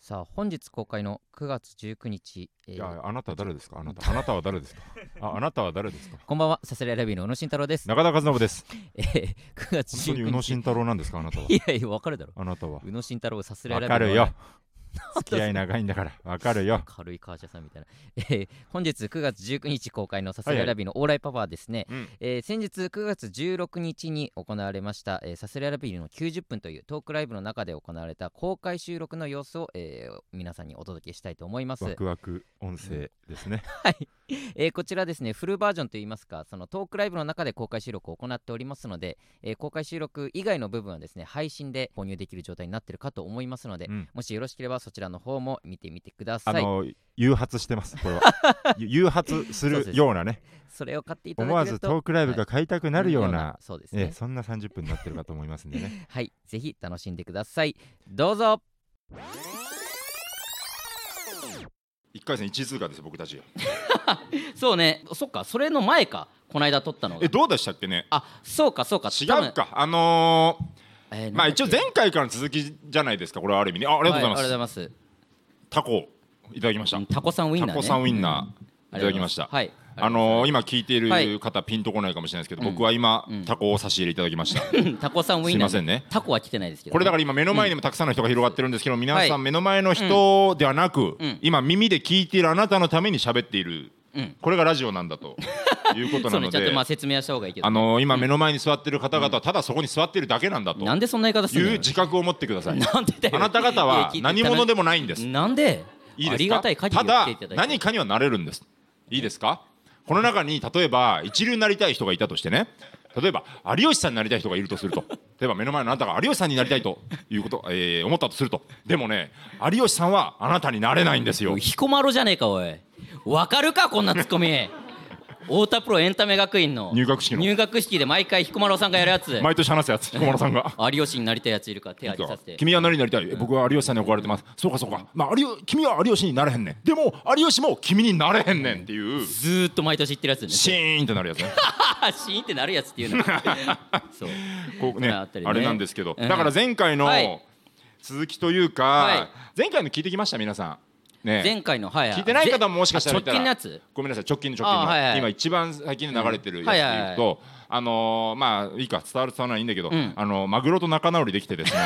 さあ本日公開の9月19日、えーいやあなたは誰ですかあな たあなたは誰ですかああなたは誰ですかこんばんはサスレラビーの宇野慎太郎です、中田和 信ですえー、9月本当に宇19野日慎太郎なんですかあなたはいやいやわかるだろあなたは宇野慎太郎サスレわラビーか るよ付付き合い長いんだからわか るよ軽いカーシャさんみたいな、えー本日9月19日公開のサスはいはレいラビーのオーライパワーですね、うんえー先日9月16日に行われました、えーサスレラビーの90分というトークライブの中で行われた公開収録の様子を、えー皆さんにお届けしたいと思いますワクワク音声で すねえーこちらですねフルバージョンといいますかそのトークライブの中で公開収録を行っておりますので、えー公開収録以外の部分はですね配信で購入できる状態になっているかと思いますので、うんもしよろしければそちらの方も見てみてくだあさいの誘発してますこれは ゆ誘発すそうでるすようなねそれを買っていただ思わけずるトとークライブが買いたくなるようなそうですね、ええそんな30分になってるかと思いますんでねはいぜひ楽しんでくださいどうぞ1回戦1位通過です僕たちそうねそっかそれの前かこの間撮ったのがどうでしたっけねあそうかそうか多分かあのえーまあなん一だ応っけ前回からの続きじゃないですかこれはある意味ねあありがとうございます,、はありがとうございタコいただきましたますタコさんウインナー、ね、タコさんウインナーうんいただきました、ありがとうございますはいあのー今聞いていはいる方ピンとこないかもしれないですけど、僕は今、タコを差し入れいただき ましたうんタコさんウインナーすいませんねタコは来てないですけどね、これだから今目の前にもたくさんの人が広がってるんですけど皆はさいん目の前の人ではなく、ん今耳で聞いているあなたのために喋っている、うんこれがラジオなんだというこ とそなうねのちょっでとまあ説明はした方がいいけどあのー今目の前に座ってる方々はただそこに座っているだけなんだとなんでそんな言い方するのいう自覚を持ってくださいなんでだよあなた 方は何者でもないんですなんでいいですかありがたい限りた来だていただいて何かにはなれるんですいいですかこの中に例えば一流になりたい人がいたとしてね例えば有吉さんになりたい人がいるとする と例えば目の前のあなたが有吉さんになりたいということ、えー思ったとするとでもね有吉さんはあなたになれないんです よ彦摩呂じゃねえかおいわかるかこんなツッコ ミ太田プロエンタメ学院の入学式の入学式で毎回彦摩呂さんがやるやつ毎年話すや つ小村さんが。有吉になりたいやついるから手挙げさせて君は何になりたい、え僕は有吉さんに憧れてますそうかそうか、まあ、有吉君は有吉になれへんねんでも有吉も君になれへんねんっていうずーっと毎年言ってるやつねシーンってなるやつね あシーンってなるやつっていう のそうこうねああったりねれなんですけど、うんだから前回はいの続きというか、はい前回の聞いてきました皆さんね前回のはいはい聞いてない方ももしかしたらあ直いた近らのやつごめんなさい直近の直近あの、はいはい今一番最近に流れてるやつはでいはいはい言うと、あのーまあいいか伝わる伝わらないんだけど、んあのーマグロと仲直りできてですね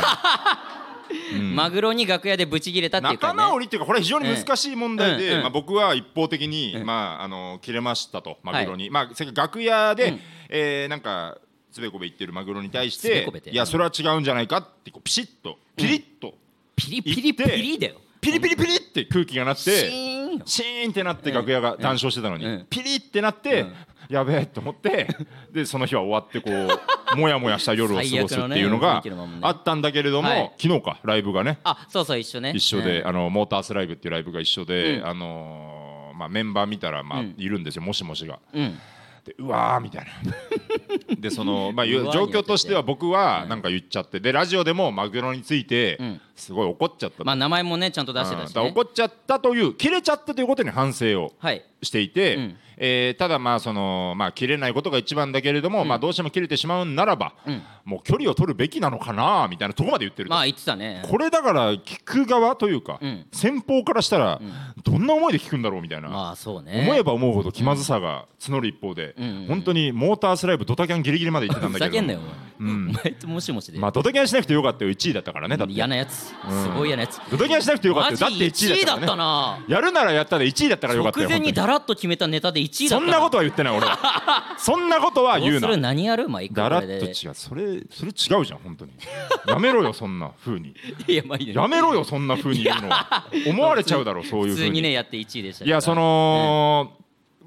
マグロに楽屋でブチギレたっていうか仲ね直りっていうかこれは非常に難しい問題で、うんうんまあ、僕は一方的に、まああのー切れましたとマグロに、まあせっかく楽屋で、えーなんかつべこべ言ってるマグロに対しつべてこべっていやそれは違うんじゃないかってこうピシッとピリッと、ピリピリピリだよピリピリピリって空気が鳴っシてーンよシーンってなって楽屋が談笑してたのうにんピリってなってやべえと思ってでその日は終わってこ うもやもやした夜を過ごすっていうのが最悪のねあったんだけれどはいも昨日かライブがねあそうそう一緒ね一緒うでんあのモータースライブっていうライブが一緒でうんあのーまあメンバー見たらまあうんいるんですよもしもしが。うんでうわーみたいな でその、まあ、うわ状ーに況としては僕はなんか言っちゃってでラジオでもマグロについてんすごい怒っちゃったまあ名前もねちゃんと出してたうんしだからね怒っちゃったという切れちゃったということに反省をはいしていて、うんえーただまあその、まあ、切れないことが一番だけれども、まあ、どうしても切れてしまうんならば、んもう距離を取るべきなのかなみたいなとこまで言ってると、まあ言ってたねこれだから聞く側というか、うん先方からしたら、どんな思いで聞くんだろうみたいな。まあそうね思えば思うほど気まずさが募る一方で、うんうんうん本当にモータースライブドタキャンギリギリまで行ってたんふだけざれけどんなもよおう前おん前ともしもしでまあドタキャンしなくてよかったよ1位だったからねだって嫌なやつすごい嫌なやつドタキャンしなくてよかマったよジだって1 1位位だだったっからねたなやるならやったで1位だったからよかった直よ前に本当だらっと決めたネタで1位だそったんなことは言ってない 俺はそんなことはど言ううするな何やる毎だ回らこっとれで違うそれそれ違うじゃん本当にやめろよそんな風にいやまあいいねやめろよそんな風に言うのは思われちゃうだろうそういう普通風にねにやって1位でしたいやその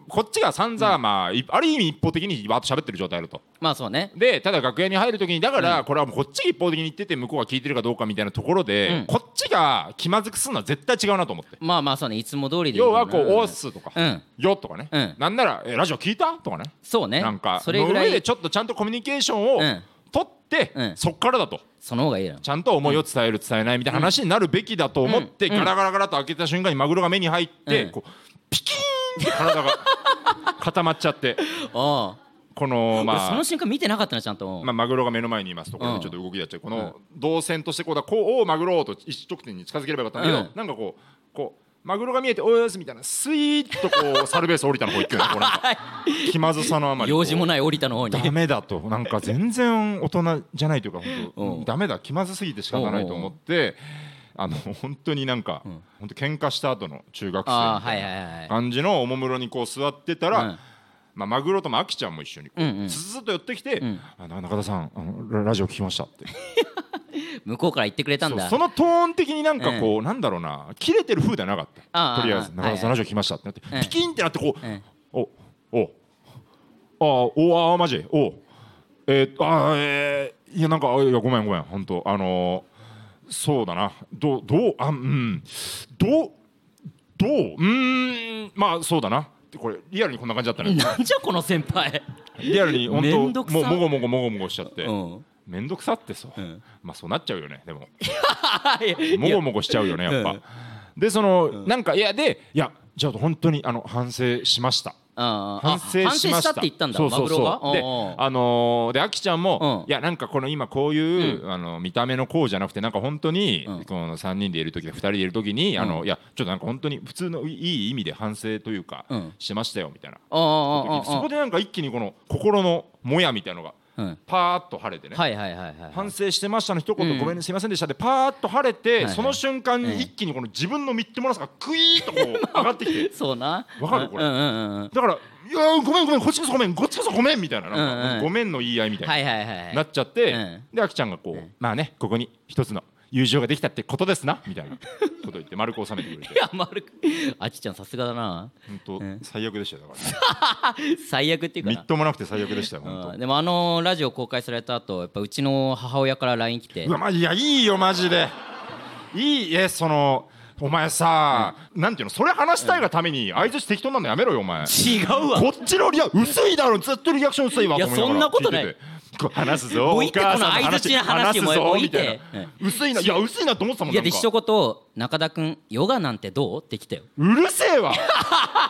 こっちが散々まあいある意味一方的にわーっと喋ってる状態だとまあそうねでただ楽屋に入るときにだからこれはもうこっちが一方的に言ってて向こうが聞いてるかどうかみたいなところで、うんこっちが気まずくするのは絶対違うなと思ってまあまあそうねいつも通りでいい要よなはこう「おっす」とかうん「よ」とかね、うんなんならえ「ラジオ聞いた?」とかねそうねなんかそれぐらの上でいちょっとちゃんとコミュニケーションをうん取って、うんそっからだとその方がいいよちゃんと思いを伝える伝えないみたいな話になるべきだと思って、ガラガラガラと開けた瞬間にマグロが目に入って、うんこうピキーンって体が固まっちゃってああこの俺まそあの瞬間見てなかったなちゃんと、まあ、マグロが目の前にいますとこれでちょっと動き出っちゃう、この動線としてこうだこうおうマグローと一直点に近づければよかったんだけど、うんなんかこうこうマグロが見えておやすみたいなスイーッとこうサルベース降りたのこう行くよねこうなん か気まずさのあまりこう用事もない降りたの方にダメだ となんか全然大人じゃないというか本う当んダメだ気まずすぎて仕方ないと思ってあの本当になんか、ん本当喧嘩した後の中学生ああみはたいいはないはい感じのおもむろにこう座ってたら、うんまあ、マグロともアキちゃんも一緒にこううんうんずずっと寄ってきて「んあな中田さんあのララジオ聞きました」って向こうから言ってくれたんそうだそのトーン的になんかこう、なんだろうな切れてる風ではなかっああたとりあえずああ中田さんはいラジオ聞きましたってなって、うんピキンってなってこう、うんおおああおああマジおえー、ああえー、いやなんかあいやごめんごめん本当あのー、そうだなどうどうあうんどうどううーんまあそうだなってこれリアルにこんな感じだったねなんじゃこの先輩 リアルにめ本ん当どくもさうもごもごもごもごしちゃって、うんめんどくさってそう、んまあそうなっちゃうよねでもはいもごもごしちゃうよねやっぱ、うんでその、なんかいやでいやじゃあ本当にあの反省しましたあーあ反省しま反省したって言ったんだそうそうそマグうロがでおうおうあのーであきちゃんも、うんいやなんかこの今こういう、あの見た目のこうじゃなくてなんか本当に、うんこの3人でいる時2人でいる時に、あうのいやちょっとなんか本当に普通のいいい意味で反省というか、うんしましたよみたいなあーあーあーあーそこでなんか一気にこの心のモヤみたいのがうんパーッと晴れてね、はいはいはいはい反省してましたの一言、うんごめんねすいませんでしたでパーッと晴れて、いはいその瞬間うんに一気にこの自分のミットモラスがクイーッとこ う上がってきてそうなわかるこれうんうんうんうんだから「いやーごめんごめんこっちこそごめんこっちこそごめん」みたいななんかうんうんごめんの言い合いみたいな、はいはいはいなっちゃって、うんであきちゃんがこう、まあねここに一つの友情ができたってことですなみたいなこと言 って丸く収めてくれいてや丸くあちちゃんさすがだな本当、ん最悪でしたよだから、最悪っていうかみなっともなくて最悪でしたよ本当うんでもあのラジオ公開された後やっぱうちの母親から LINE 来てうわまあいやいいよマジでいいえそのお前さ、なんていうのそれ話したいがために相づち適当なのやめろよお前違うわこっちのリア薄いだろずっとリアクション薄いわいや思がらそんなことない聞ててこう話すぞもおういいって母さんのこの相槌話の話話すもうぞいいっみてたいな薄いないや薄いなと思ってたもんいやでなん一か言中田君ヨガなんてどうって来たようるせえわ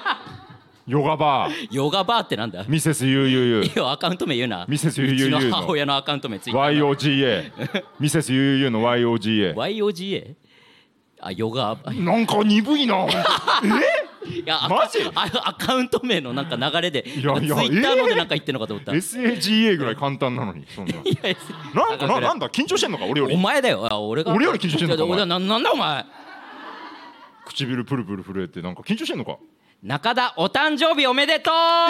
ヨガバーヨガバーってなんだミセスユーユーいユやアカウント名言うなミセスうち UUU のの母親のアカウント名ついーて YOGA ミセスユーユーの YOGA YOGA あヨガバーなんか鈍いな 本当いやマジああアカウント名のなんか流れでツイいやいやッターのでなんか言ってんのかと思った SAGA ぐらい簡単なのにそんないやいやなんかななんだ緊張してんのか俺よおり前だよあ俺が俺より緊張してんのかお前俺はななんだお前唇プルプル震えてなんか緊張してんのか中田お誕生日おめでとうあ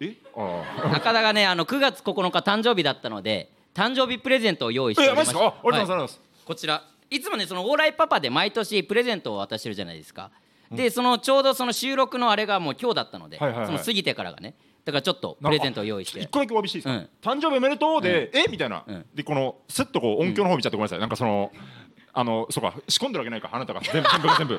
えあ中田がねあの9月9日誕生日だったので誕生日プレゼントを用意しておえりマまジしでたすかあありがとうございはいますこちらいつもねそのオーライパパで毎年プレゼントを渡してるじゃないですかでそのちょうどその収録のあれがもう今日だったので、はいはいはいその過ぎてからがねだからちょっとプレゼントを用意しなんてかちょっと一個だけお詫びしていいですか、誕生日おめでとうで、えみたいな、んでこのスッとこう音響の方見ちゃってごめんなさい、なんかそのあのそうか仕込んでるわけないかあなたが全部全部が全 部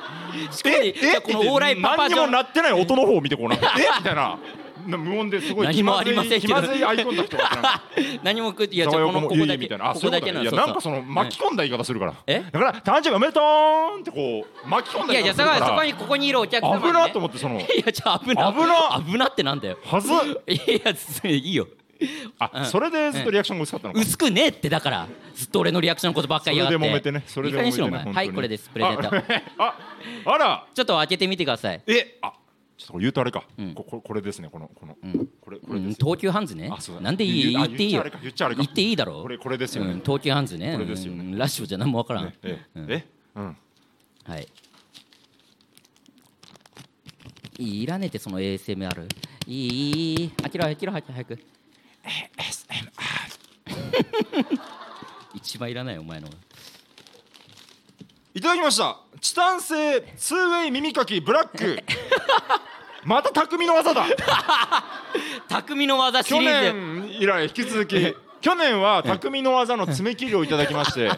しかもねえこのオーライパパ何に状も鳴ってない音の方を見てこうなんかえみたいなな無音ですごい何もありませんけ気どまずい気まずいアイコンタクトがあってなんか 何もくいやざちわょこよくのもこいこいだみけたいこなあそういこうだことけねのいやうなんかそうの巻き込んだ言い方するからえだから誕生日おめでとうってこう巻き込んだいや言いいや方すそこはるかそこらにここにいるお客様に、ね、危なと思って そのいやちょ危な危な危なってなんだよはずいやすいいよあそれでずっとリアクションが薄かったのか薄くねえってだからずっと俺のリアクションのことばっかり言いやがってそれで揉めてねそれで揉いめてねい加減にしろお前本当はにいこれですプレゼントちょあああらっと開けてみてくださいえあちょっとこれ言うとあれか、こここれですねこのこの、これこうれでんすよ、東急ハンズねあそうだなんでいい言う言っていいよあ言っちゃあれか言っちゃあれか言っていいだろこれこれですよねうん東急ハンズねこれですよねうんラッシュじゃ何もわからんえええうんはいいらねえってその ASMR いいいいいい開けろ開けろ早く早く一番いらないよお前のいただきましたチタン製ツーウェイ耳かきブラ ックまた匠の技だ匠の技シ去リーズ年以来引き続き去年は匠の技の爪切りをいただきまして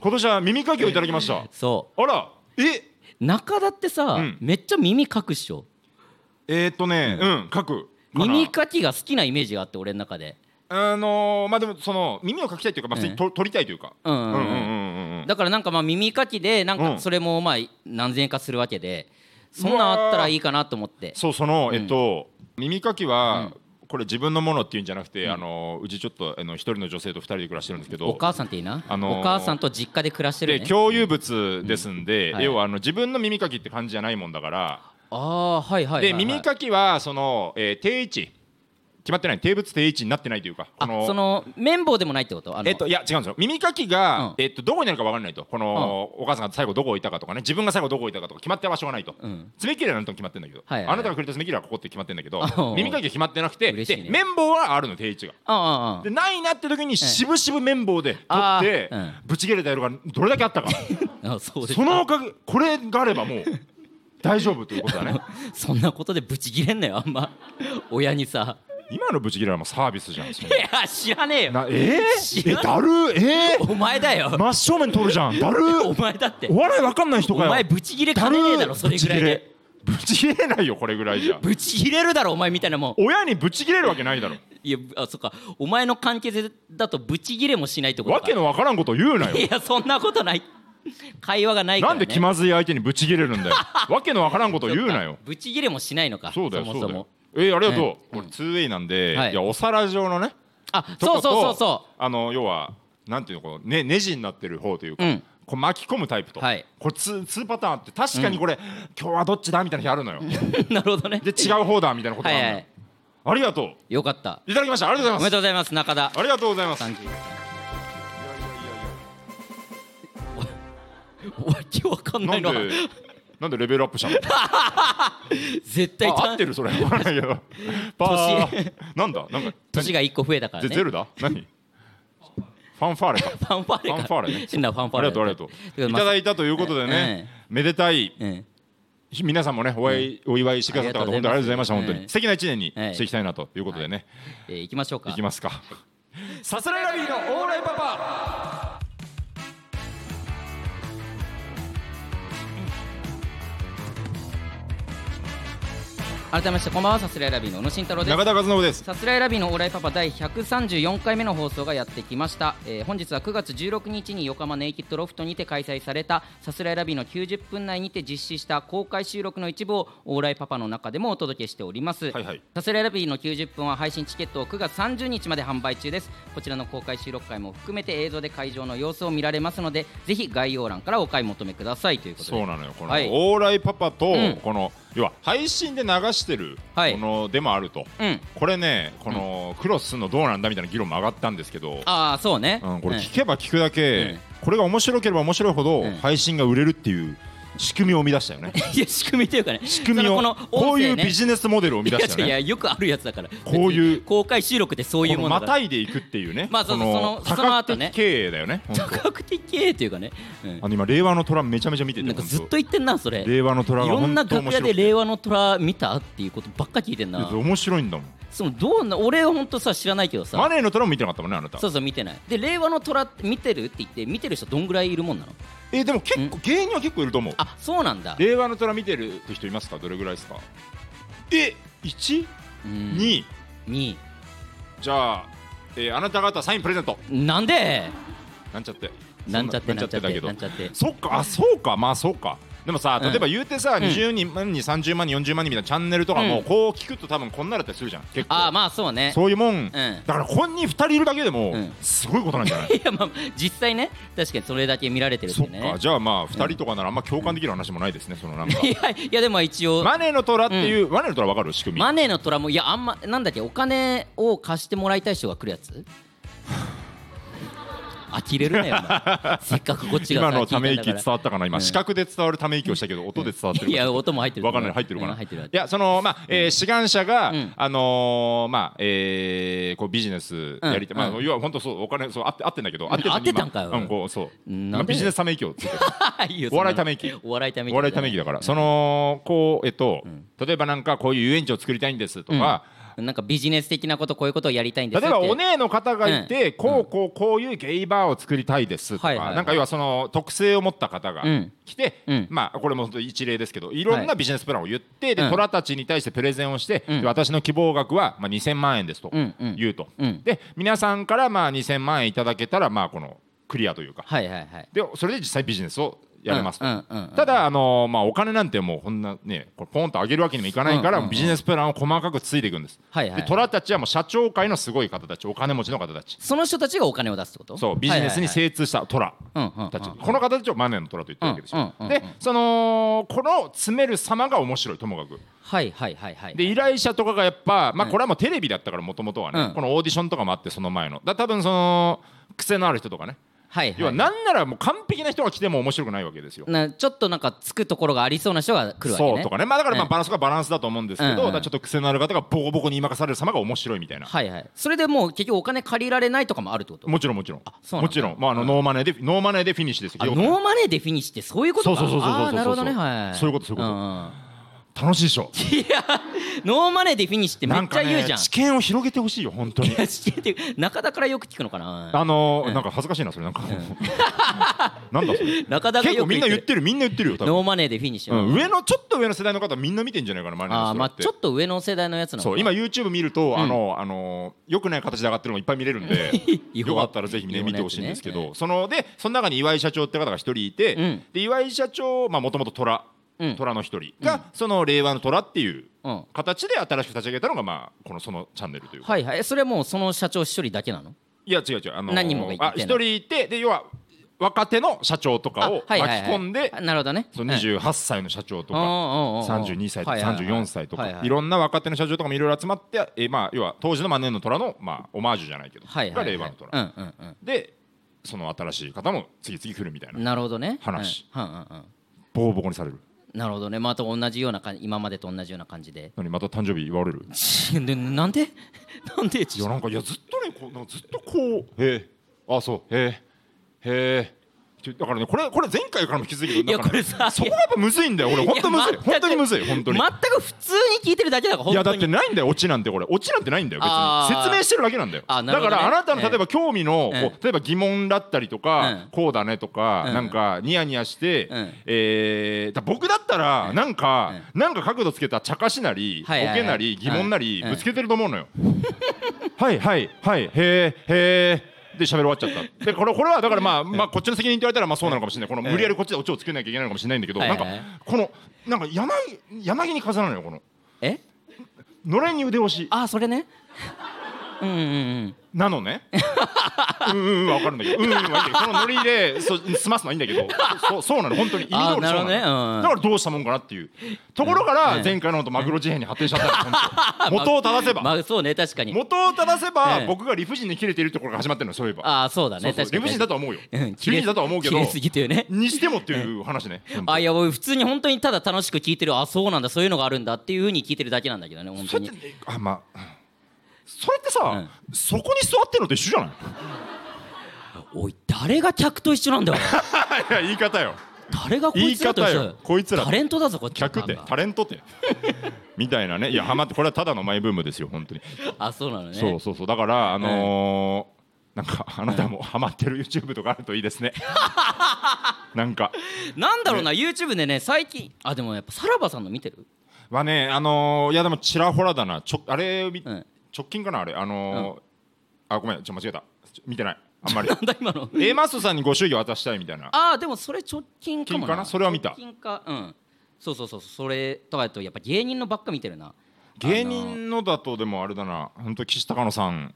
今年は耳かきをいただきましたそあらえう中田ってさ、んめっちゃ耳かくっしょえー、っとねうん書くかな耳かきが好きなイメージがあって俺の中であのー、まあでもその耳をかきたいというか、まあ、普通にと取りたいというかうんうんうんうんうんうんうんだからなんかまあ耳かきでなんうかんそれもまあ何千円かするわけでそんなんあったらいいかなと思ってそうその、えっと耳かきは、これ自分のものっていうんじゃなくて、うんあのうちちょっとあの一人の女性と二人で暮らしてるんですけどお母さんっていいな、あのーお母さんと実家で暮らしてる、でね、共有物ですんで、うんはい要はあの自分の耳かきって感じじゃないもんだから、ああはいはいはい、はい、で耳かきはその、えー定位置決まってない定物定位置になってないというかあその綿棒でもないってことあのえっと、いや違うんですよ耳かきが、うんえっと、どこにあるか分からないとこの、お母さんが最後どこ置いたかとかね自分が最後どこ置いたかとか決まった場所がないと、うん爪切りはなんとも決まってんだけど、はいはいはいあなたがくれた爪切りはここって決まってんだけどあうん耳かきは決まってなくて、嬉しいねで綿棒はあるの定位置が。ああああでないなって時に渋々綿棒で取って、あーぶち切れた色がどれだけ あったかあそうですそのおかげこれがあればもう大丈夫ということだねそんなことでブチ切れんなよあんま 親にさ今のぶち切れはもうサービスじゃんそんないや知らねえよなえ知ー、えらんだるえーお前だよ、真正面取るじゃんだるお前だってお笑いわかんない人おかよ前ブチ切れかだるねねえだろそれぐらいでぶち切れぶち切れないよこれぐら いじゃブチ切れるだろお前みたいなもん親にぶち切れるわけないだろいやあそっかお前の関係性だとブチ切れもしないってことわかけのわからんこと言うなよ いやそんなことない会話がないから、なね、んで気まずい相手にぶち切れるん だよわけのわからんこと言うなよブチ切れもしないのかそうだよそそもうそだよもえー、ありがとねう、これ 2way なんで、はいい、やお皿状のねあとそこうとそうそうそうあの要はなんていうのこうねネジになってる方というか、うんこう巻き込むタイプと、はいこれ 2, 2パターンあって確かにこれ、今日はどっちだみたいな日あるのよ なるほどね。で違う方だみたいなことはがいはあるのよ、い。ありがとよかった。ういただきましたありがとうおごめざでいまとうございます中田すありがとうございますさん。おわけわかんなないんので。なんでレベルアップした の絶対あ合たってるそれわかんないけ どパーなんだなんか年が一個増えたからゼね。ゼルだ何ファンファーレかファンファーレか。ファンファーレね変なファンファあーりレ。がとうありがとういただいいたということでね、めでたいて。皆さんもねお祝い,、お祝いしてくださった方本当にありがとうございました、うん本当うんに素敵な一年にはいしていきたいなということでね、えー行きましょうか。い、きますかさすらいラビーのオーライパパ改めましてこんばんはさすらいラビーの小野慎太郎です中。田和信ですさすらいラビーのオーライパパ第134回目の放送がやってきました、えー本日は9月16日に横浜ネイキッドロフトにて開催されたさすらいラビーの90分内にて実施した公開収録の一部をオーライパパの中でもお届けしております、はいはいさすらいラビーの90分は配信チケットを9月30日まで販売中ですこちらの公開収録回も含めて映像で会場の様子を見られますのでぜひ概要欄からお買い求めくださいということでそうなのよこの、はいオーライパパと、うんこの要は配信で流してるはもいのでもあると、うんこれねこの、クロスすんのどうなんだみたいな議論も上がったんですけど、ああそうね、うん、これうん 聞けば聞くだうんけ、これが面白ければ面白いほど、うん配信が売れるっていう仕組みを生み出した よねいや仕組みというかね仕組みをそのこの音声ねこういうビジネスモデルを生み出したいよやねいやよくあるやつだからこういう別に公開収録でそういうこもののまだからたいでいくっていうね、まあそうそうこそのその後多ね角的経営だよね ほんと多角的経営というかね、うんあの今令和の虎めちゃめちゃ見ててなんかほんずっと言ってんなそれい令和の虎がろんな本当楽面屋白でい令和の虎見たっていうことばっか聞いてんな面白いんだもんそのどうな俺は本当さ知らないけどマさネーの虎も見てなかったもんねあなたそうそう見てないで令和の虎って見てるって言って見てる人どんぐらいいるもんなのえーでも結構芸人は結構いると思うあそうなんだ令和の虎見てるって人いますかどれぐらいですかえ一2 2にじゃあ、えーあなた方サインプレゼントなんでなんちゃってなんちゃってそなんちゃっだてけどなんちゃってそっかあそうかまあそうかでもさうん例えば言うてさ、ん20人万人30万人40万人みたいなチャンネルとかも、うんこう聞くと多分こんなだったりするじゃん結構ああまあそうねそういうもん、んだからこんに2人いるだけでも、うんすごいことなんじゃないいやまあ実際ね確か にそれだけ見られてるってそっねかじゃあまあ2人とかならあんま共感できる話もないですね、そのなんかいやいやでも一応マネーの虎っていう、マネーの虎わかる仕組みマネーの虎もいやあんまなんだっけお金を貸してもらいたい人が来るやつ 呆れるなよお 前せっかくこっちがさ今のため息聞いんだか伝らわったかな今、うん視覚で伝わるため息をしたけど音で伝わってるいや音も入ってるわかんない入ってるかな、うん入ってる入っいやそのまあ、えー志願者が、うんあのーまあえーこうビジネスやりたい、うんまあ要は本当そうお金そうあってあってんだけどあって合ってたんかようんこうそうなんでまあビジネスため息をつけてるいいよお笑いため息そんなのお笑いため息お笑いため息だから、そのこうえっと、例えばなんかこういう遊園地を作りたいんですとか、なんかビジネス的なことこういうことをやりたいんです例えばってお姉の方がいて、こうこうこういうゲイバーを作りたいですとか、はいはいはいなんか要はその特性を持った方がうん来て、うんまあこれも本当一例ですけどいろんはないビジネスプランを言って、でうん虎たちに対してプレゼンをして、うんで私の希望額は、まあ、2000万円ですとうんうん言うと、うんで皆さんからまあ2000万円いただけたらまあこのクリアというかはいはいはいでそれで実際ビジネスをやれますと、うんうんうんただ、あのーまあ、お金なんてもうこんなねこれポンと上げるわけにもいかないから、うんうんうんビジネスプランを細かくついていくんです、はいはいで虎たちはもう社長界のすごい方たちお金持ちの方たちその人たちがお金を出すってことそうビジネスに精通した虎はいはいはいたち、うんうんうんこの方たちをマネーの虎と言ってるわけですよ、うんうんうんうんでそのこの詰める様が面白いともかくはいはいはいはいで依頼者とかがやっぱ、まあ、これはもうテレビだったからもともとはね、うんこのオーディションとかもあってその前のだから多分その癖のある人とかねはいはい要はなんならもう完璧な人が来ても面白くないわけですよ。なちょっとなんかつくところがありそうな人が来るわけねそうとかね、まあ、だからまあうんバランスがバランスだと思うんですけうんうど、んだからちょっと癖のある方がボコボコに今かされる様が面白いみたいな、はいはいそれでもう結局お金借りられないとかもあるってこともちろんもちろんそうなんだもちろん、まあ、あのノーマネーで、ノーマネーでフィニッシュですあよノーマネーでフィニッシュってそういうことかそうそうそうそうそうそうあーなるほどねはいそういうことそういうことん楽しいでしょノーマネーでフィニッシュってめなっんちゃか言うねじゃん知見を広げてほしいよ本 当に知ってて中田からよく聞くのかなあのーなんか恥ずかしいなそれなんか なんだ それ中田が結よ構くみんな言っるてるみんな言ってるよ多分ノーマネーでフィニッシュ、うん上のちょっと上の世代の方はみんな見てんじゃないかな周りのああ人まだあってちょっと上の世代のやつなのかそう今 YouTube 見るとあのあの良くない形で上がってるのもいっぱい見れるん で違よ法かったらぜひね見てほしいんですけ違法なやどそのでその中に岩井社長って方が一人いてうんで岩井社長まあもともと虎うん虎の一人がその令和の虎っていううん形で新しく立ち上げたのがまあこのそのチャンネルというかはいはいえそれはもうその社長一人だけなのいや違う違うあの何人もがいてあ一人いてで要は若手の社長とかを巻き込んであなるほどねそのはい28歳の社長とかうんうんうんうん32歳とかはいはいはい34歳とはかいはいろんな若手の社長とかもいろいろ集まってえーまあ要は当時のマネーの虎のまあオマージュじゃないけどはいはいはがい令和の虎うんうんうんでその新しい方も次々来るみたいななるほどね話、はいうんうんうん、ボコボコにされるなるほどねまた同じような感じ今までと同じような感じで のにまた誕生日言われるでなんで なんでいやなんかいやずっとねこうなんかずっとこうへえあそうへえへえってだからねこれこれ前回からも気づいてるいやなんかねこれさそこがやっぱむずいんだよ俺本当むずやい全く本当にむずい本当に全く普通に聞いてるだけだからい本やだ当にってないんだよオチなんてこれオチなんてないんだよ別あにー説明してるだけなんだよあだなるほかどねらあなたのええ例えば興味のえこう例えば疑問だったりとうんかこうだねとかうんなんかニヤニヤしてうんえーだ僕だったらなんかなんか角度つけた茶化しなりボはいはいはいケなり疑問なりうんぶつけてると思うのよはいはいはいへえへえで喋り終わっちゃったでこれこれはだからまあまあこっちの責任って言われたらまあそうなのかもしれないこの無理やりこっちでオチをつけなきゃいけないのかもしれないんだけどはいなはんいかこのなんか柳柳に飾らないのよこの。えのれんに腕押しあそれ ねうんうんうんな のねうんうんわかるんだけどうんうんわかるんだけどそのノリでそ済ますのはいいんだけどそそうなの本当に意味通りそうなあーのなるほどねうんだからどうしたもんかなっていうところかうらん前回のほんとマグロ事変に発展しちゃったの元を正せ ばまあそうね確かに元を正せうばん僕が理不尽に切れてるところから始まってるのそういえばああそうだそうねそう確か理に不尽だとは思うようん理不尽だとは思うけど切れすぎてるねにしてもっていう話ね本当あいや俺普通に本当にただ楽しく聞いてるあそうなんだそういうのがあるんだっていうふうに聞いてるだけなんだけどね本そ当れっにてねあまあそれってさそこに座ってるのと一緒じゃ ないおい誰が客と一緒 なんだよいや言い方よ誰がこいつらと一緒だ言い方よこいつらタレントだぞこっち客ってなんかタレントって みたいなねいやハマってこれはただのマイブームですよ本当に、あそうなのねそうそうそうだからあのーなんかあなたもハマってる YouTube とかあるといいですね なんかなんだろうな YouTube でね最近あでもやっぱさらばさんの見てる はねあのーいやでもちらほらだなちょあれ、みうん直近かなあれあのーあごめんちょ間違えたちょ見てないあんまり なんだ今の A マスさんにご祝儀渡したいみたいなああでもそれ直近かも直近かなそれは見た直近かうんそうそうそうそれとかだとやっぱ芸人のばっか見てるな芸人のだとでもあれだな本当岸高野さん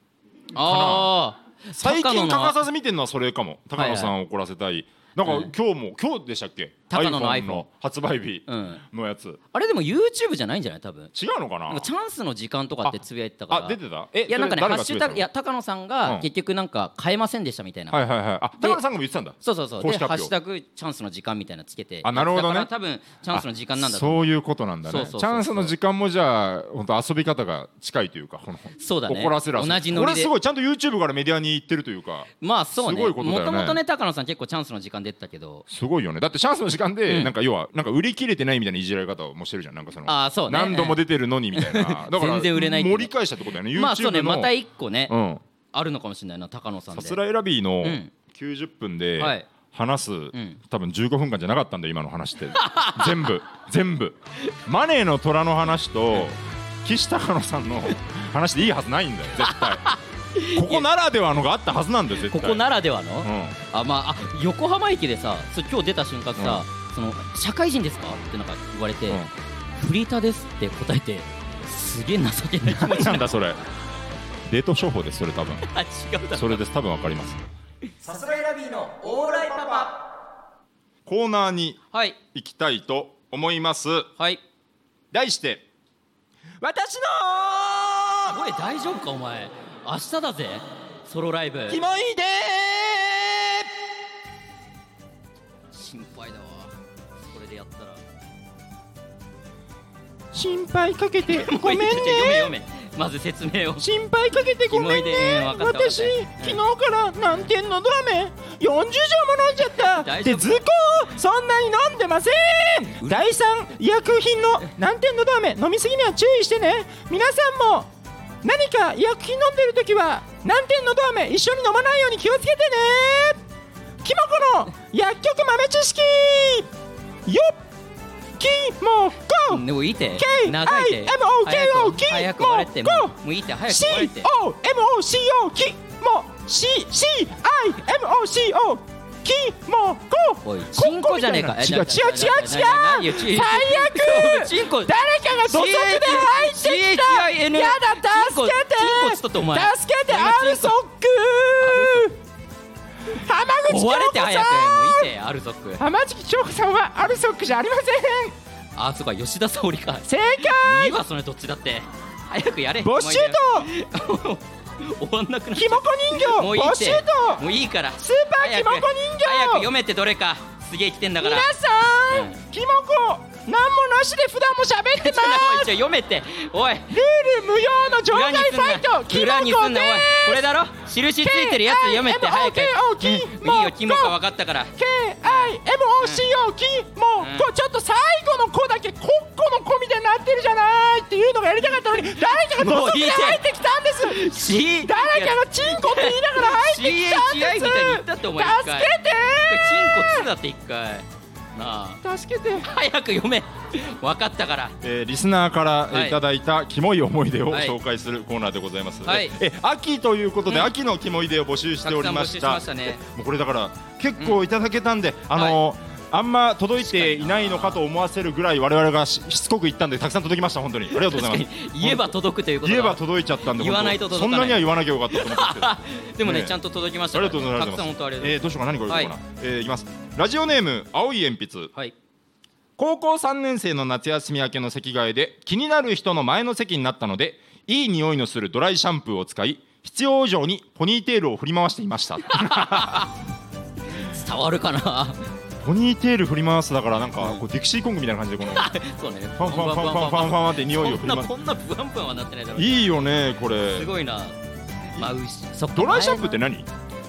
ああ最近欠かささず見てるのはそれかも高野さんを怒らせたい、なんか今日も今日でしたっけ高野の iPhone の発売日うんのやつ、違あれでも YouTube じゃないんじゃない多分うのかなんなかチャンスの時間とかってつぶやいてたからあ出てたえいやなんかねそハッれ誰がつシぶュやいタてたのグいや高野さんうがん結局なんか買えませんでしたみたいな、はいはいはいあ高野さんがも言ってたんだそうそうそう公で式ハッ発表シュタグチャンスの時間みたいなのつけてあなるほどねだから多分チャンスの時間なんだと思うそういうことなんだねそうそうそうチャンスの時間もじゃあ本当遊び方が近いというかこのそうだね怒らせる遊び同じノリでこれすごいちゃんと YouTube からメディアに行ってるというかまあそうねすごいことだよもねともとね高野さん結構チャンスの時間出てたけどすごいよねだってチャンスの時間で、なんか要はなんか売り切れてないみたいないじられ方をもしてるじゃんなんかそのあーそうね何度も出てるのに みたいなだから全然売れないっていう盛り返したってことだよね YouTube の、まあそうねまた一個ね、うんあるのかもしれないな高野さんさですらいラビーのん90分はでい話す、ん多分15分間じゃなかったんだよ今の話って全部全部マネーの虎の話と岸高野さんの話でいいはずないんだよ絶対 ここならではのがあったはずなんだよ絶こ対こならではの、うんあまああ横浜駅でさそう今日出た瞬間さ、その社会人ですかってなんか言われて、うんフリーターですって答えてすげえ情けない気持ち何なんだそれデート商法ですそれ多分あ違うだそろれです多分わかりますさすらいラビーのオーライパパコーナーにはい行きたいと思いますはい題して私のおい大丈夫かお前明日だぜソロライブキモいで心配だわそれでやったら心配かけて ごめんね読め読めまず説明を心配かけてごめんねキモいでうんわかったわかった私昨日から何点のドラメ40錠も飲んじゃった大丈夫で図工そんなに飲んでません第3医薬品の何点のドラメ飲みすぎには注意してね皆さんも何か医薬品飲んでるときは何点のドラメ一緒に飲まないように気をつけてねキモコの薬局豆知識よっキモコでもいいって K 長いって I M O K O 早く早く終われっても Go うもういいって早く C 終われって O M O C O キモ C C I M O C O キモコおいチンコじゃねえか違う違う違う違違う違うう違う最 悪チンコ誰かが土足で入ってきた CHIN やだ助けチンコチンコてっつったってお前助けてお前アルソック浜口終われって京子早さくもういいんってアルゾック浜口京子さんはアルソックじゃありませんあそうか吉田沙保里か正いい解わそれどっちだって早くやれボッシューもトういいよ終わんなくなっちゃキモコ人形うもういいボッっシてュートもういいからスーパーキモコ人形早く読めってどれかすげえ来てんだから皆さん、キモコ何もなしで普段も喋ってまおいすちょ読めっておいルール無用の場裏外にすんなサイトキモ裏にすコんでなおいこれだろ印ついてるやつ読めって早く KIMOKO うんいいよキモか分かったからす KIMOCO キモコ、うちょっと最後の「コ」だけ「コッコの「コ」みたいになってるじゃないっていうのがやりたかったのに誰かがもう覗いきいでって入ってきたんです C 誰かがチンコって言いながら入ってきた CHI みたいに言ったってお前一ん回です助けてチンコつだって一回なあ助けて早く読め分かったからえーリスナーからえはーいいただいたキモい思い出をはい紹介するコーナーでございます、はいえ秋ということうで、ん秋のキモい出を募集しておりましたたくさん募集しましたねもうこれだから結構いただけたんで、あのーあんま届いていないのかと思わせるぐらい我々がししつこく言ったんでたくさん届きました本当にありがとうございます言えば届くということだ言えば届いちゃったんで言わないと届か本ない当そんなには言わなきゃよかったと 思うんですけどあでもねねえちゃんと届きましたりからがとうございますたくさん本当ありがとうございえまーどうしようか何からどうしようかな、はえーいきますラジオネーム青い鉛筆すはい高校3年生の夏休み明けの席替えで気になる人の前の席になったのでいい匂いのするドライシャンプーを使い必要以上にポニーテールを振り回していました伝わるかな ポニーテール振り回すだからなんかこうディクシーコングみたいな感じで このフそうねァンファンファンファンファンファンって匂いをこ振んりな回すこんなブワンブワンはなってないだろういいよねこれすごいなまあうしそっかドライシャンプーって何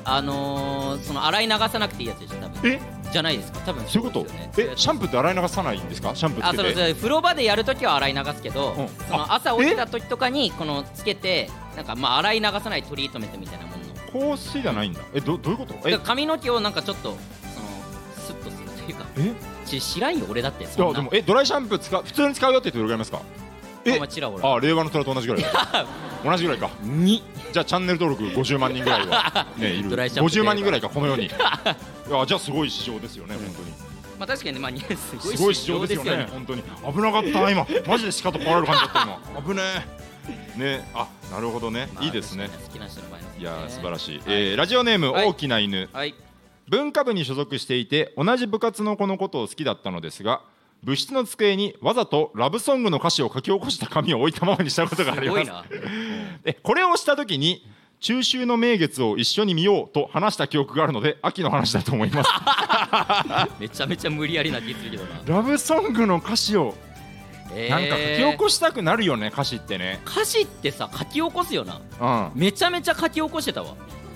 あのーその洗い流さなくていいやつでしょ多分えじゃないですか多分そういうこでとすよねえシャンプーって洗い流さないんですかシャンプーあつそけうてそう風呂場でやるときは洗い流すけど、うんその朝起きたときとかにこのつけてなんかまあ洗い流さないトリートメントみたいなもののだか香水じゃないんだえどどういうことらえ髪の毛をなんかちょっとそのスッとするというかえいち知らんよ俺だってそんやなでもえドライシャンプー使う普通に使うよって言ってどれぐらいありますかえあんまちらほらあ令和の虎と同じ ぐらい同じぐらいかにじゃあチャンネル登録50万人ぐらいは、 ね、いるドライシャンプー50万人ぐらいかこのよ うにいやじゃあすごい市場ですよね本当にまあ確かにねまあにすごいすごい市場ですよね本当に危なかった今マジで鹿と壊れる感じだった 今危ねえねあなるほどね、まあいいですね確かに好きな人の前のいやー素晴らししい、えーラジオネーム、はい大きな犬 いはい文化部に所属していて同じ部活の子のことを好きだったのですが部室の机にわざとラブソングの歌詞を書き起こした紙を置いたままにしたことがありすごまいすなえこれをした時に中秋の名月を一緒に見ようと話した記憶があるので秋の話だと思いますめちゃめちゃ無理やりな気するけどな ラブソングの歌詞をえーなんか書き起こしたくなるよね歌詞ってね歌詞ってさ書き起こすよなうんあめちゃめちゃ書き起こしてたわ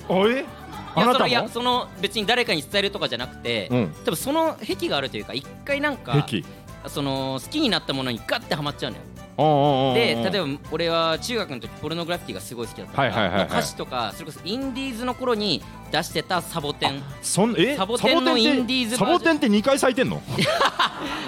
えいあやなそたのいやもその別に誰かに伝えるとかじゃなくて、うん多分その癖があるというか一回なんか壁その好きになったものにガッてハマっちゃうのよでで例ばえば俺は中学の時ポルノグラフィティがすごい好きだったから、はいはいはいはい歌詞とかそれこそインディーズの頃に出してたサボテ ンそんえサボテンのサボテってインディーズサバージョンボテンって2回咲いてんの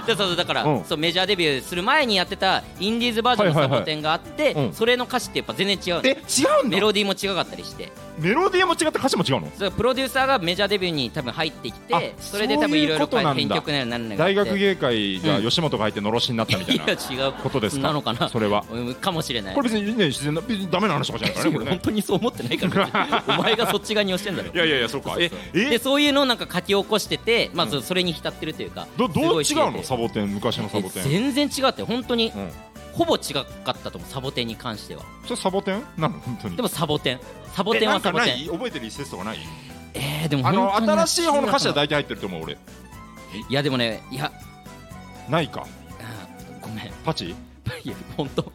でそうそうだから、うんそうメジャーデビューする前にやってたインディーズバージョンのはサいはいはいボテンがあって、うんそれの歌詞ってやっぱ全然違うのえ違うんだメロディーも違かったりしてメロディーも違って歌詞も違うのそれプロデューサーがメジャーデビューに多分入ってきあてそれで多分いろいろそういうことなんだ編曲なりなんなりがあっ大て学芸会がうん吉本が入ってのろしになったみた いないや違うことですかなのかなそれはうんかもしれないこれ別にね自然な別にダメな話とかじゃないからねこれ 本ね当にそう思ってないからお前がそっち側に押してんだろいやいやいやそうかえでえそういうのをなんか書き起こしてて、まあ、そそれに浸ってるというか、どどう違すごういの知れてサボテン昔のサボテンえ全然違って本当に、うんほぼ違かったと思うサボテンに関してはそれサボテンなの本当にでもサボテンサボテえンなはんかサボなテンい覚えてる一節とかないえー、でもあ本当にの新しい方の歌詞はだ大体入ってると思う俺いやでもねいやないかうんごめん いパチや本当調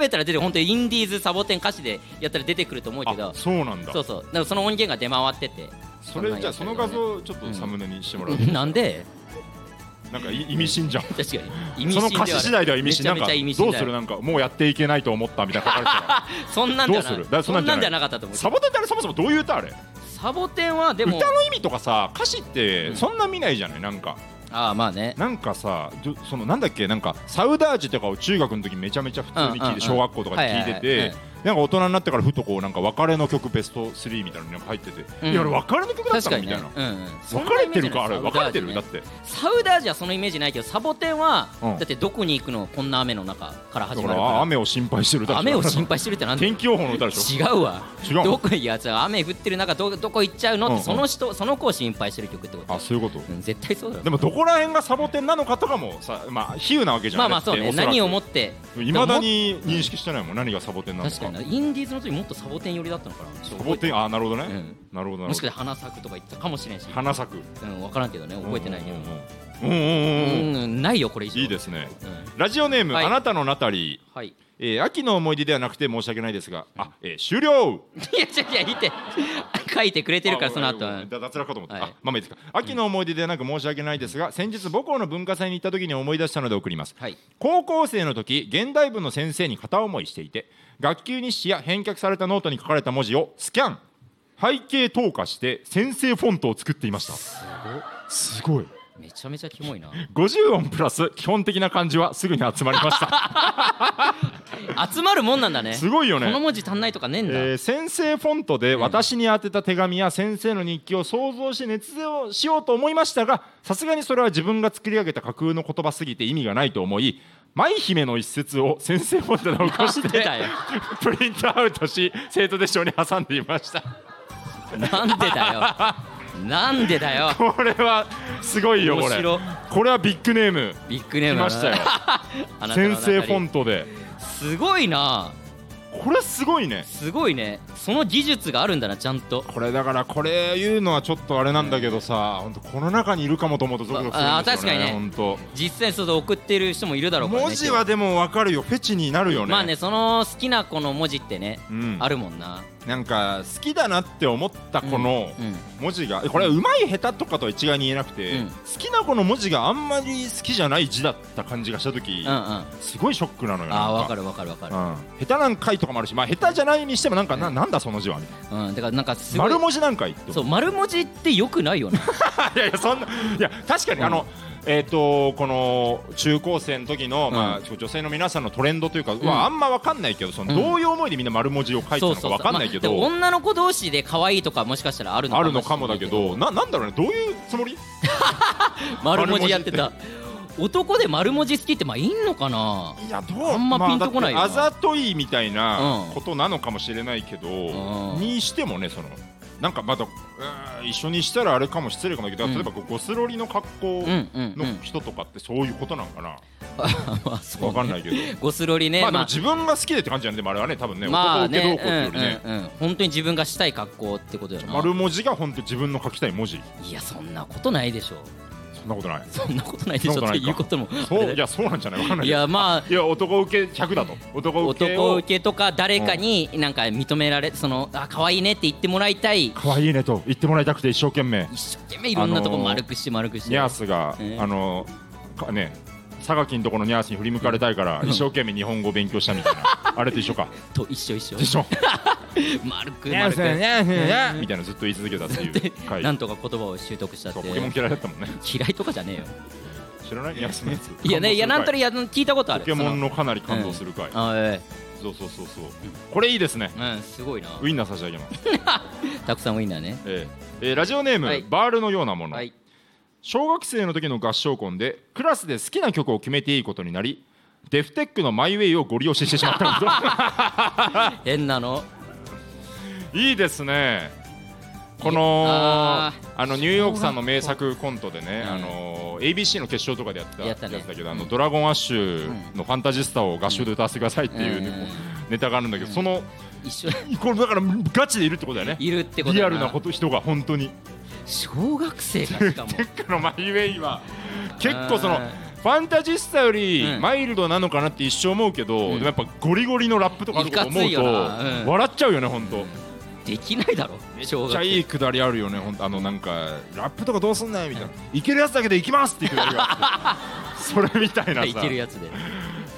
べたら出て本当にインディーズサボテン歌詞でやったら出てくると思うけあどそうなんだそうそうだからその音源が出回っててそれじゃあその画像をちょっとサムネにしてもらうと なんでなんかい意味深じゃん確かに意味 その深ではな歌い詞次第では意味深なんめちかゃめちゃ意味深どうだすよるなんかもうやっていけないと思ったみたいな書かれてたらそんなんじゃなどうするだかいらそんそなんんじなゃないんじゃなかったと思うサボテンってあれそもそもどういう歌あれサボテンはでも歌の意味とかさ歌詞ってんそんな見ないじゃないなんかああまあねなんかさじょそのなんだっけなんかサウダージとかを中学の時めちゃめちゃ普通にうんう聞んいうてん小学校とかで聞いはいはいてはいてうんなんか大人になってからふとこうなんか別れの曲ベスト3みたいなのに入っててうんいやあれ別れの曲だ確ったかのにみねたいなうんうんそん別なれイメてージるかあなれい別れてるサだウダージねってサウダージはそのイメージないけどサボテンはうんだってどこに行くのこんな雨の中からだ始かまるらか雨を心配してる歌らでしょ雨を心配してるってなんだよ天気予報の歌でし違うわょ違うどのこいやつは雨降ってる中どどこ行っちゃうのって、うんうんその人その子を心配してる曲ってことあそういうことうん絶対そうだよでもどこら辺がサボテンなのかとかもさまあ比喩なわけじゃんまあまあそうね何をもっっていまだに認識してないもん何がサボテンなのか確かになインディーズの時もっとサボテン寄りだったのかなサボテンあなるほどねうんなるほどなもるしかしほどて花咲くとか言ってたかもしれんし、花咲くうん、分からんけどね覚えてないけどうんううんうんうんうんうんん、ないよこれ以上いいですねうんラジオネームはいあなたのナタリーはいいえー秋の思い出ではなくて申し訳ないですがあえー終了や違う違ういいって 書いてくれてるからその後あごめんごめんだ脱落かと思った、はいあまあまあいいですか秋の思い出ではなく申し訳ないですが先日母校の文化祭に行った時に思い出したので送ります、はい高校生の時現代文の先生に片思いしていて学級日誌や返却されたノートに書かれた文字をスキャン背景透過して先生フォントを作っていましたすごいめちゃめちゃキモいな50音プラス基本的な漢字はすぐに集まりました集まるもんなんだねすごいよこのね文字足んないとかねえんだ、 えー先生フォントで私に宛てた手紙や先生の日記を想像して捏造しようと思いましたがさすがにそれは自分が作り上げた架空の言葉すぎて意味がないと思い舞姫の一節を先生フォントで起こしてなんでだよプリントアウトし生徒手帳に挟んでいましたなんでだよなんでだよこれはすごいよこ面れ白これはビッグネームビッグネー来ムましたよ あなたの先中に生フォントですごいなこれすごいねすごいねその技術があるんだなちゃんとこれだからこれ言うのはちょっとあれなんだけどさ、本当この中にいるかもと思うとゾクゾクするんですあよね確かにね本当実際そうそう送ってる人もいるだろうからね文字はでも分かるよフェチになるよね,、まあねその好きな子の文字ってね、うんあるもんななんか好きだなって思ったこのうんうん文字が、えこれうまい下手とかとは一概に言えなくて、うん好きな子の文字があんまり好きじゃない字だった感じがした時、うんうんあすごいショックなのよあわかるるわかるわかる、うん、下手なんかいとかもあるし、まあ、下手じゃないにしてもなんか、ななんだその字はみたいなうん、だからなんかすごい丸文字なんかいってそ思う丸文字ってよくないよ ねういやいやそんないや確かに、あのえっ、とこの中高生の時の、まあ、女性の皆さんのトレンドというか、うわあんま分かんないけどその、うんどういう思いでみんな丸文字を書いてたのか分かんないけど、まあでも女の子同士で可愛いとかもしかしたらあるのあかもるのかもだけどななんだろうねどういうつもり丸文字やってた丸男で丸文字好きってまあいんのかないやどうあんまピンとこないよまなあだってあざといみたいなうんことなのかもしれないけど、うんにしてもねそのなんかまだうーん一緒にしたらあれかも失礼かもだけど、うん例えばこうゴスロリの格好うんうんうのん人とかってそういうことなのかな、 まあそうわかんないけど、ゴスロリねまあでまもあ自分が好きでって感じなんでもあれはね多分ね、まあ男受けどうこうっていうよりねね、うんうんうん本当に自分がしたい格好ってことよな丸文字が本当自分の書きたい文字いやそんなことないでしょそんなこ とないそんなことないでしそょっんなことなていかいうこともそういやそうなんじゃないわかんないいけどやまあいや男受け100だと男受け男を受けとか誰かになんか認められそのあ可愛いねって言ってもらいたい可愛いねと言ってもらいたくて一生懸命一生懸命いろんなとこ丸くして丸くしてニャースが、えーあのかね佐賀県のとこのニャース に振り向かれたいから一生懸命日本語を勉強したみたいなあれと一緒か と一緒一緒でしょ丸くニャン丸スンニくャンスンニャンみたいなのずっと言い続け たっていう回なんとか言葉を習得したってそうポケモン嫌いだったもんね嫌いとかじゃねえよ知らないニャンスンのやついやねいやなんとなりや聞いたことあポるケモンののかなり感動する回あえそうそうそうそうこれいいですねえうんすごいなウインナー差し上げますたくさんウインナーねえええーラジオネーム、はいバールのようなもの、はい小学生の時の合唱コンでクラスで好きな曲を決めていいことになりデフテックの「マイ・ウェイ」をご利用ししてしまったんです変なのいいですねこのああのニューヨークさんの名作コントでね、うんあの ABC の決勝とかでやってたややっつただねけど、あのドラゴンアッシュのファンタジスタを合唱で歌わせてくださいっていう、ねうんこうネタがあるんだけど、その一緒にこれだからガチでいるってことだよねいるってことリだアなルなこと人が本当に小学生がしかもこのマイウェイは結構そのファンタジスタよりうんマイルドなのかなって一生思うけど、うんでもやっぱゴリゴリのラップとかあること思ういとかついよなうん笑っちゃうよね本当。できない だろ小めっちゃ学いいくだりあるよね、ほんとあのなんか、ラップとかどうすんねんみたいな、いけるやつだけでいきますっていうくだりがあって それみたいなさ、生いけるやつで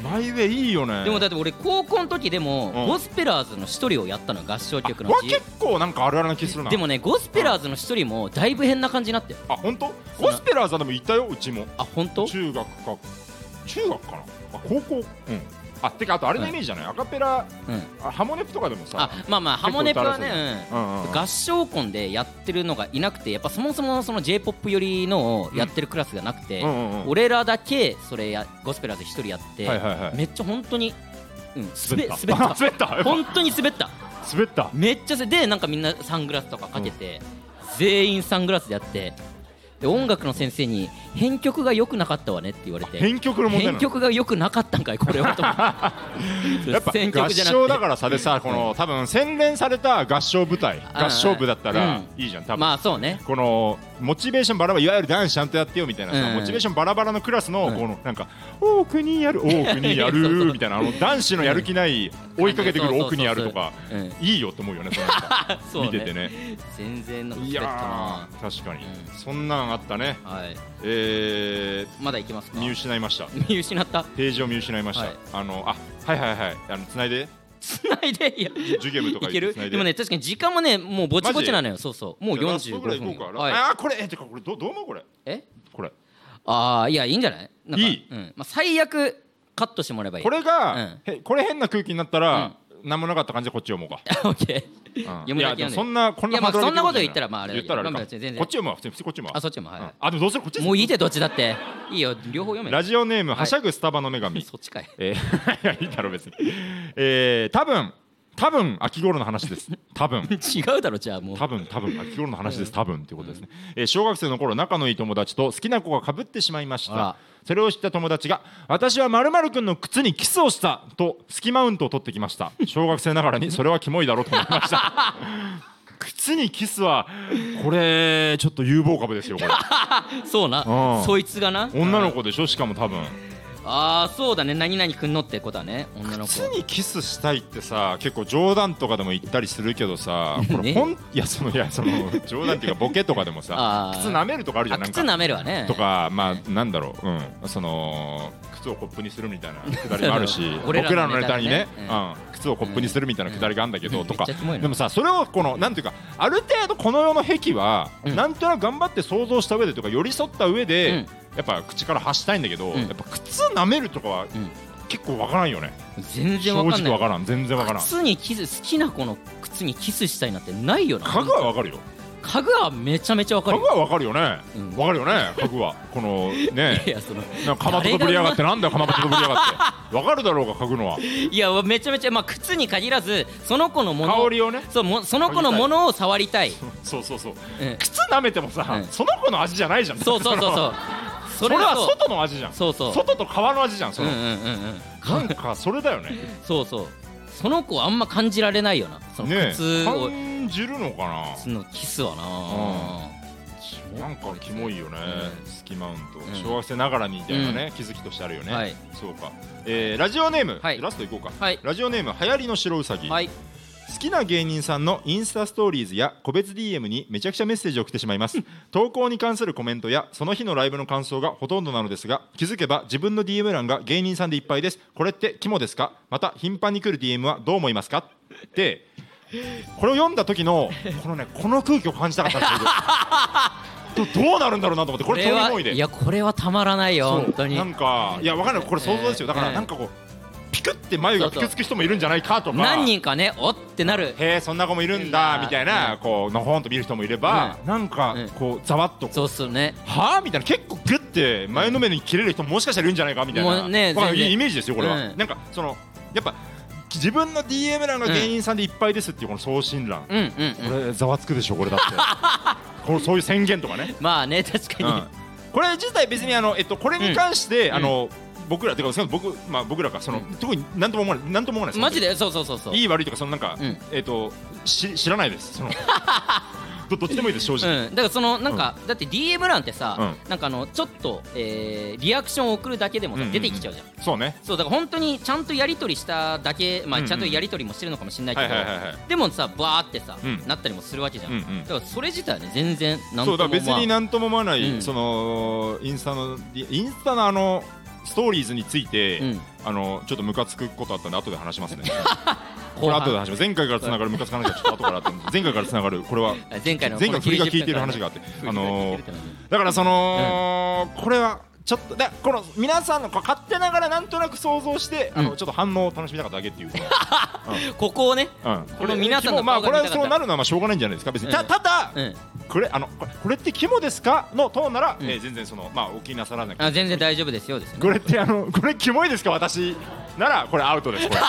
マイウェイいいよね。でもだって俺高校の時でもうんゴスペラーズの一人をやったの合唱あ曲のわ自由結構なんかあるあるな気するな。でもねゴスペラーズの一人もだいぶ変な感じになってあ、本当ゴスペラーさんでもいたよ、うちも。あ本当中学か、中学かな、あ高校。うんあてか、あとあれのイメージじゃない、アカペラ、うんあハモネプとかでもさあ、まあまあハモネプはね結構うんうんうんうん 合唱コンでやってるのがいなくてやっぱそもそもその j p o p 寄りのをやってるクラスがなくて、うんうんうん俺らだけそれやゴスペラーズ一人やって、はいはいはいめっちゃ本当に、うん、滑滑っった滑ったた滑ったやっぱ本当に滑った滑っためっちゃ滑でなんかみんなサングラスとかかけて、全員サングラスでやってで音楽の先生に編曲が良くなかったわねって言われて編曲の問題な編の曲が良くなかったんかいこれはと思って やっぱ選曲合じゃなくて唱だからさでさこの多分洗練された合唱舞台あ合唱部だっうたらんいいじゃん多分まあそうねこのモチベーションバラバラいわゆる男子ちゃんとやってよみたいなさうんモチベーションバラバラのクラスのんこのなんか「多くにやる多くにやいや そうる」みたいなあの男子のやる気ない追いかけてくそうそるうそうそう奥にやるとかうんいいよと思うよねそ のなんかそうね見ててね全然なんかい滑ったやなー確かにうそんなんあったねはいえまだいきますかー見失いました見失ったページを見失いましはいたあのあはいはいはいあの繋いでつないでいや授業部とかいける繋いでもね確かに時間もねもうぼちぼちなのよそうそうもうじゃあラスト45ぐらい行分こうか、はいああこれえてかこれどどう思うこれえこれああいやいいんじゃないなんかいいうんまあ最悪カットしてもらえばいい これうんが、へこれ変な空気になったら、何もなかった感じでこっち読もうか、オッケうんー読むいだやけで読もそんでんなこんいやなまあハードル上げそんなことじゃ言ったらまああれだ言けっどたらあれかまあ別に全然こっち読むわ普通に普通にこっち読むわあそっちもはいうんあでもどうするこっちですもういいでどっちだっていいよ両方読めラジオネーム、はしゃぐスタバの女神そっちかいえー いやいいだろ別にえー、多分多分秋頃の話です多分違うだろじゃあもう 多分多分秋頃の話です多分ということですね、えー小学生の頃仲のいい友達と好きな子がかぶってしまいましあらたそれを知った友達が「私はまるくんの靴にキスをした」とスキマウントを取ってきました小学生ながらにそれはキモいだろうと思いました 靴にキスはこれちょっと有望株ですよこれそうなうんそいつがな女の子でしょしかも多分ああそうだね何々くんのってことはね女の子靴にキスしたいってさ結構冗談とかでも言ったりするけどさこ ねれ本いやそのいやその冗談っていうかボケとかでもさあー靴舐めるとかあるじゃあんなん靴か舐めるわね、とか、まあ、なんだろう、うん、その靴をコップにするみたいなくだりもあるし俺僕ららのネのネタタににねね、うん、靴をコップにするみたいなくだりがあるんだけどとかめっちゃキモい、なでもさ、それをこのなんていうか、ある程度この世の癖は、なんとなく頑張って想像した上でとか寄り添った上で、やっぱ口から発したいんだけど、んやっぱ靴舐めるとかはん結構わからんよね。全正然わかんな直いわからん、全然わからん。靴にキス好きな子の靴にキスしたいなんてないよな家具はわかるよ。家具はめちゃめちゃわか家る具よはわかるよね。わうんかるよね、家具は。この ねい。やそのなんかかまととぶりやがってなんだよかまととぶりやが ってわかるだろうが書くのはいやめちゃめちゃまあ靴に限らずその子のもの香りをねそうもその子のものを触りたいそうそうそううん靴舐めてもさ、うんその子の味じゃないじゃんそうそうそうそう そそれれははそう外の味じゃんそうそう外と皮の味じゃんそうんの、うんうんうんなんかそれだよねそうそうその子あんま感じられないよなそのね靴えを感じるのか靴のキスはなななんかキモいよね、うスキマウント、ん小学生ながらにみたいなね、気づきとしてあるよね、はいそうか、えーラジオネーム、はいラストいこうか、はいラジオネーム流行りの白うさぎ、はい好きな芸人さんのインスタストーリーズや個別 DM にめちゃくちゃメッセージを送ってしまいます投稿に関するコメントやその日のライブの感想がほとんどなのですが気づけば自分の DM 欄が芸人さんでいっぱいですこれって肝ですかまた頻繁に来る DM はどう思いますかってこれを読んだ時のこのねこの空気を感じたかったんですけどどどうなるんだろうなと思ってこれこれ遠いは思いでいやこれはたまらないよそう本当になんかいやわかんないこれ想像ですよだからなんかこうピクって眉がピクつく人もいるんじゃないかとか何人かねおってなるへえそんな子もいるんだみたいなこうのほんと見る人もいればなんかこうざわっとこうそうっすよねはあみたいな結構グッて前のめりに切れる人ももしかしたらいるんじゃないかみたいもなうねまあ全然イメージですよこれは、うんなんかそのやっぱ自分の DM 欄が芸人さんでいっぱいですっていうこの送信欄、うんうんうんこれざわつくでしょこ れだってこのそういう宣言とかね、まあね確かうに、ん、これ自体別にあのえっとこれに関して、あの僕らてかその僕まあ僕らかその、特になんとも思わないなんとも思わないですマジでそうそうそうそういい悪いとかそのなんか、うんえっとし知らないです そのどどっちでもいいです正直、うん、だからそのなんか、だって DM 欄ってさ、うなんかあのちょっと、えーリアクションを送るだけでもさうんうんうん出てきちゃうじゃん,、そうねそうだから本当にちゃんとやり取りしただけまあうんうんちゃんとやり取りもしてるのかもしれないけはど、いはいはいはいでもさバーってさ、うんなったりもするわけじゃん、うんうんだからそれ自体はね全然なんそうとだもから別にまなんとも思わない、うんそのインスタのインスタのあのストーリーズについて、あうん、あのちょっとムカつくことあったんで後で話 しますねこ後れ半後で話します前回からつながるムカつく話はちょっと後からあって 前回からつながるこれはあ前回の前回振りが効いてる話があってあのーだからその、これはちょっとだこの皆さんのこう勝手ながらなんとなく想像して、あうのちょっと反応を楽しみたかっただけっていうかここをねうんこの皆さんの肝まあこ顔れが見たかったはそうなるのはまあしょうがないんじゃないですか別に、たうんただ、うんこれあのこれこれって肝ですかのトーンなら、えー全然そのまあお気になさらなくてあ全然大丈夫ですよですねこれってあのこれキモいですか私ならこれアウトですこ れ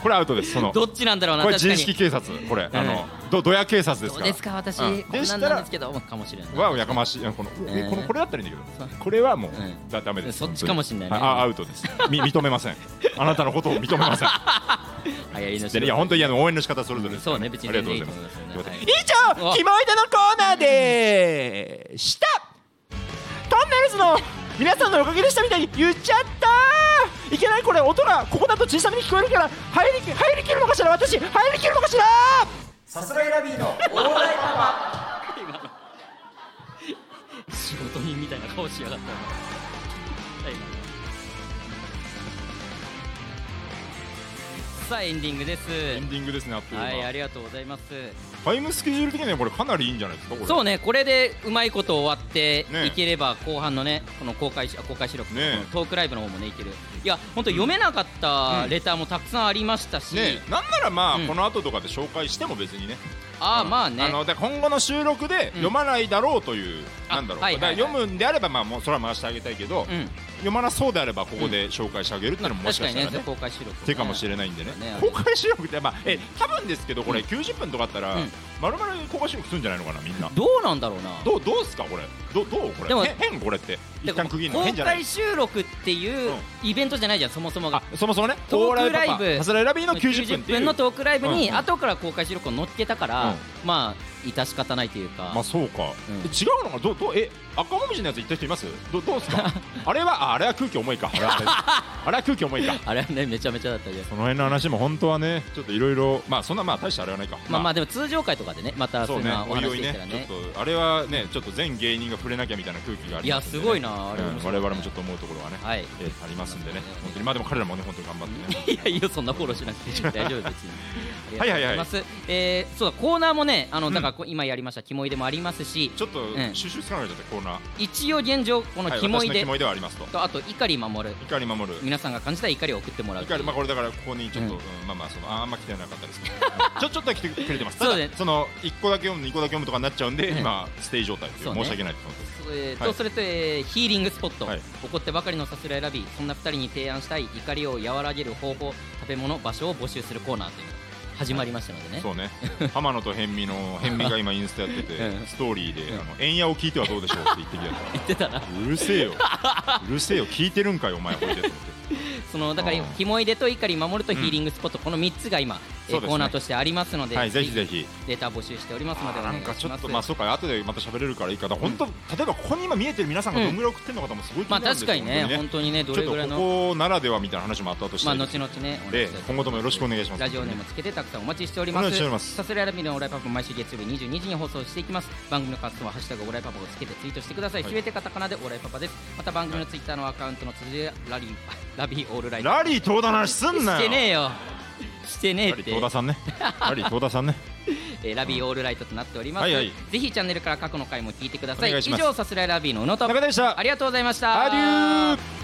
これアウトですそのどっちなんだろうなこれ確か自に意識警察これ、あのどドヤ警察でどすうからですか私、うんこんなんなんですけどかもしれないわあやかましいあこの、えこのこれだったらいいんだけどこれはもう、うんだダメですそっちかもしんないね本当にあアウトですみ認めませんあなたのことを認めません流行りの仕事でねいや本当にあの応援の仕方それぞれですからそうね別にありがとうございます全然いいと思いますよねということで以上はいキモいでのコーナーでしたトンネルズの皆さんのおかげでしたみたいに言っちゃったいけないこれ音がここだと小さめに聞こえるから入りき入りきるのかしら私入りきるのかしら仕事人みたいな顔しやがったなはいさあエンディングですエンディングですねあっという間はいありがとうございますタイムスケジュール的にはこれかなりいいんじゃないですかこれそうねこれでうまいこと終わってねいければ後半のねこの公開しあ公開収録、ねトークライブの方もねいけるいや本当読めなかったレターもたくさんありましたし、ねなんならまあ、うんこの後とかで紹介しても別にねああまあねあのだから今後の収録で読まないだろうという、あなんだろう、はいはいはいだから読むんであればまあもうそれは回してあげたいけど、うん読まなそうであればここで紹介してあげるっていうのももし確かかにしたねらね公開収録、ね、手かもしれないんでねね公開収録ってまあえ多分ですけどこれ90分とかあったら、うんまるまる公開収録するんじゃないのかなみんなどうなんだろうなどうどうですかこれどうどうこれでもへ変これって一旦区切るの公変じゃない開収録っていうイベントじゃないじゃんそもそもがあそもそもねトークライブオーパパハスライラビーの90分っていう90のトークライブにうん後から公開収録を載っけたから、まあ致し方ないというか、まあそううか、んえ違うのかどうどうえ赤もみじのやつ言った人いますどどうです かあれはああれは空気重 いかあれはあれあれは空気重いかあ、れはねめちゃめちゃだったじゃんその辺の話も本当はねちょっといろいろまあそんなまあ大したあれはないかまあまあでも通常会とかでねまたそういそううねのはおおい話おしいできねたらねちょっとあれはねちょっと全芸人が触れなきゃみたいな空気がありいやますんすでねごいなあれ、うん、我々もちょっと思うところはね、はいえーありますんでそねうですね本当にまあでも彼らもね本当に頑張ってねいやいやそんなフォローしなくて大丈夫 です別にはいはいはいありがとうございますえーそうだコーナーもねあのんだからこう今やりましたキモいでもありますしちょっとん収集つかなくなっちゃってコーナー、一応現状このはいキモい私のでキモいではありますととあと怒り守る怒り守る皆さんが感じた怒りを送ってもらう怒りまあこれだからここにちょっと、うんうんまあまあそのああんま来てなかったですけど ちょちょっとは来てくれてますただそうですその一個だけ読む二個だけ読むとかになっちゃうんで、うん今ステイ状態っていうそうね申し訳ないと思ってそれと、はいそれと、えーヒーリングスポット、はい怒ってばかりのさすら選びそんな2人に提案したい怒りを和らげる方法食べ物場所を募集するコーナーというのが始まりましたのでね、そうね浜野と 辺見の辺見が今インスタやってて、うんストーリーで「あの円屋を聞いてはどうでしょう」って言ってき たか言らってたらうるせえようるせえよ聞いてるんかいお前ほいでと思ってそのだかうらんひもいでと怒り守るとヒーリングスポット、この3つが今、えーそうですねコーナーとしてありますので、はいぜひぜひデータ募集しておりますのでおな願んいしまかすちょっとまあそうか後でまた喋れるからいいかだから本当例えばここに今見えてる皆さんがどんぐらい送ってるのかともすごい気まあになるんです確かにね本本当にね当どにれねぐらいちょっとのここならではみたいな話もあったとしてまあ後々ねお願いでしたいと思います今後ともよろしくお願いしますラジオネームつけてたくさんお待ちしております。お待ちしておりますさすらいラビのオーライパパも毎週月曜日22時に放送していきます。番組の活動はハッシュタグオーライパパをつけてツイートしてください。はいすべてカタカナでオーライパパです。また番組のツイッターのアカウントのつづらラリーラビーオールライパラリー遠田の話すんパ。なしてねえよよ。してねえっやはりて遠田さんね。やはり遠田さんね。えーラビーオールライトとなっております、はいはいぜひチャンネルから過去の回も聞いてくださいお願いし以ます上さすらいラビーの宇野と中田でしたあ。りがとうございましたアデュー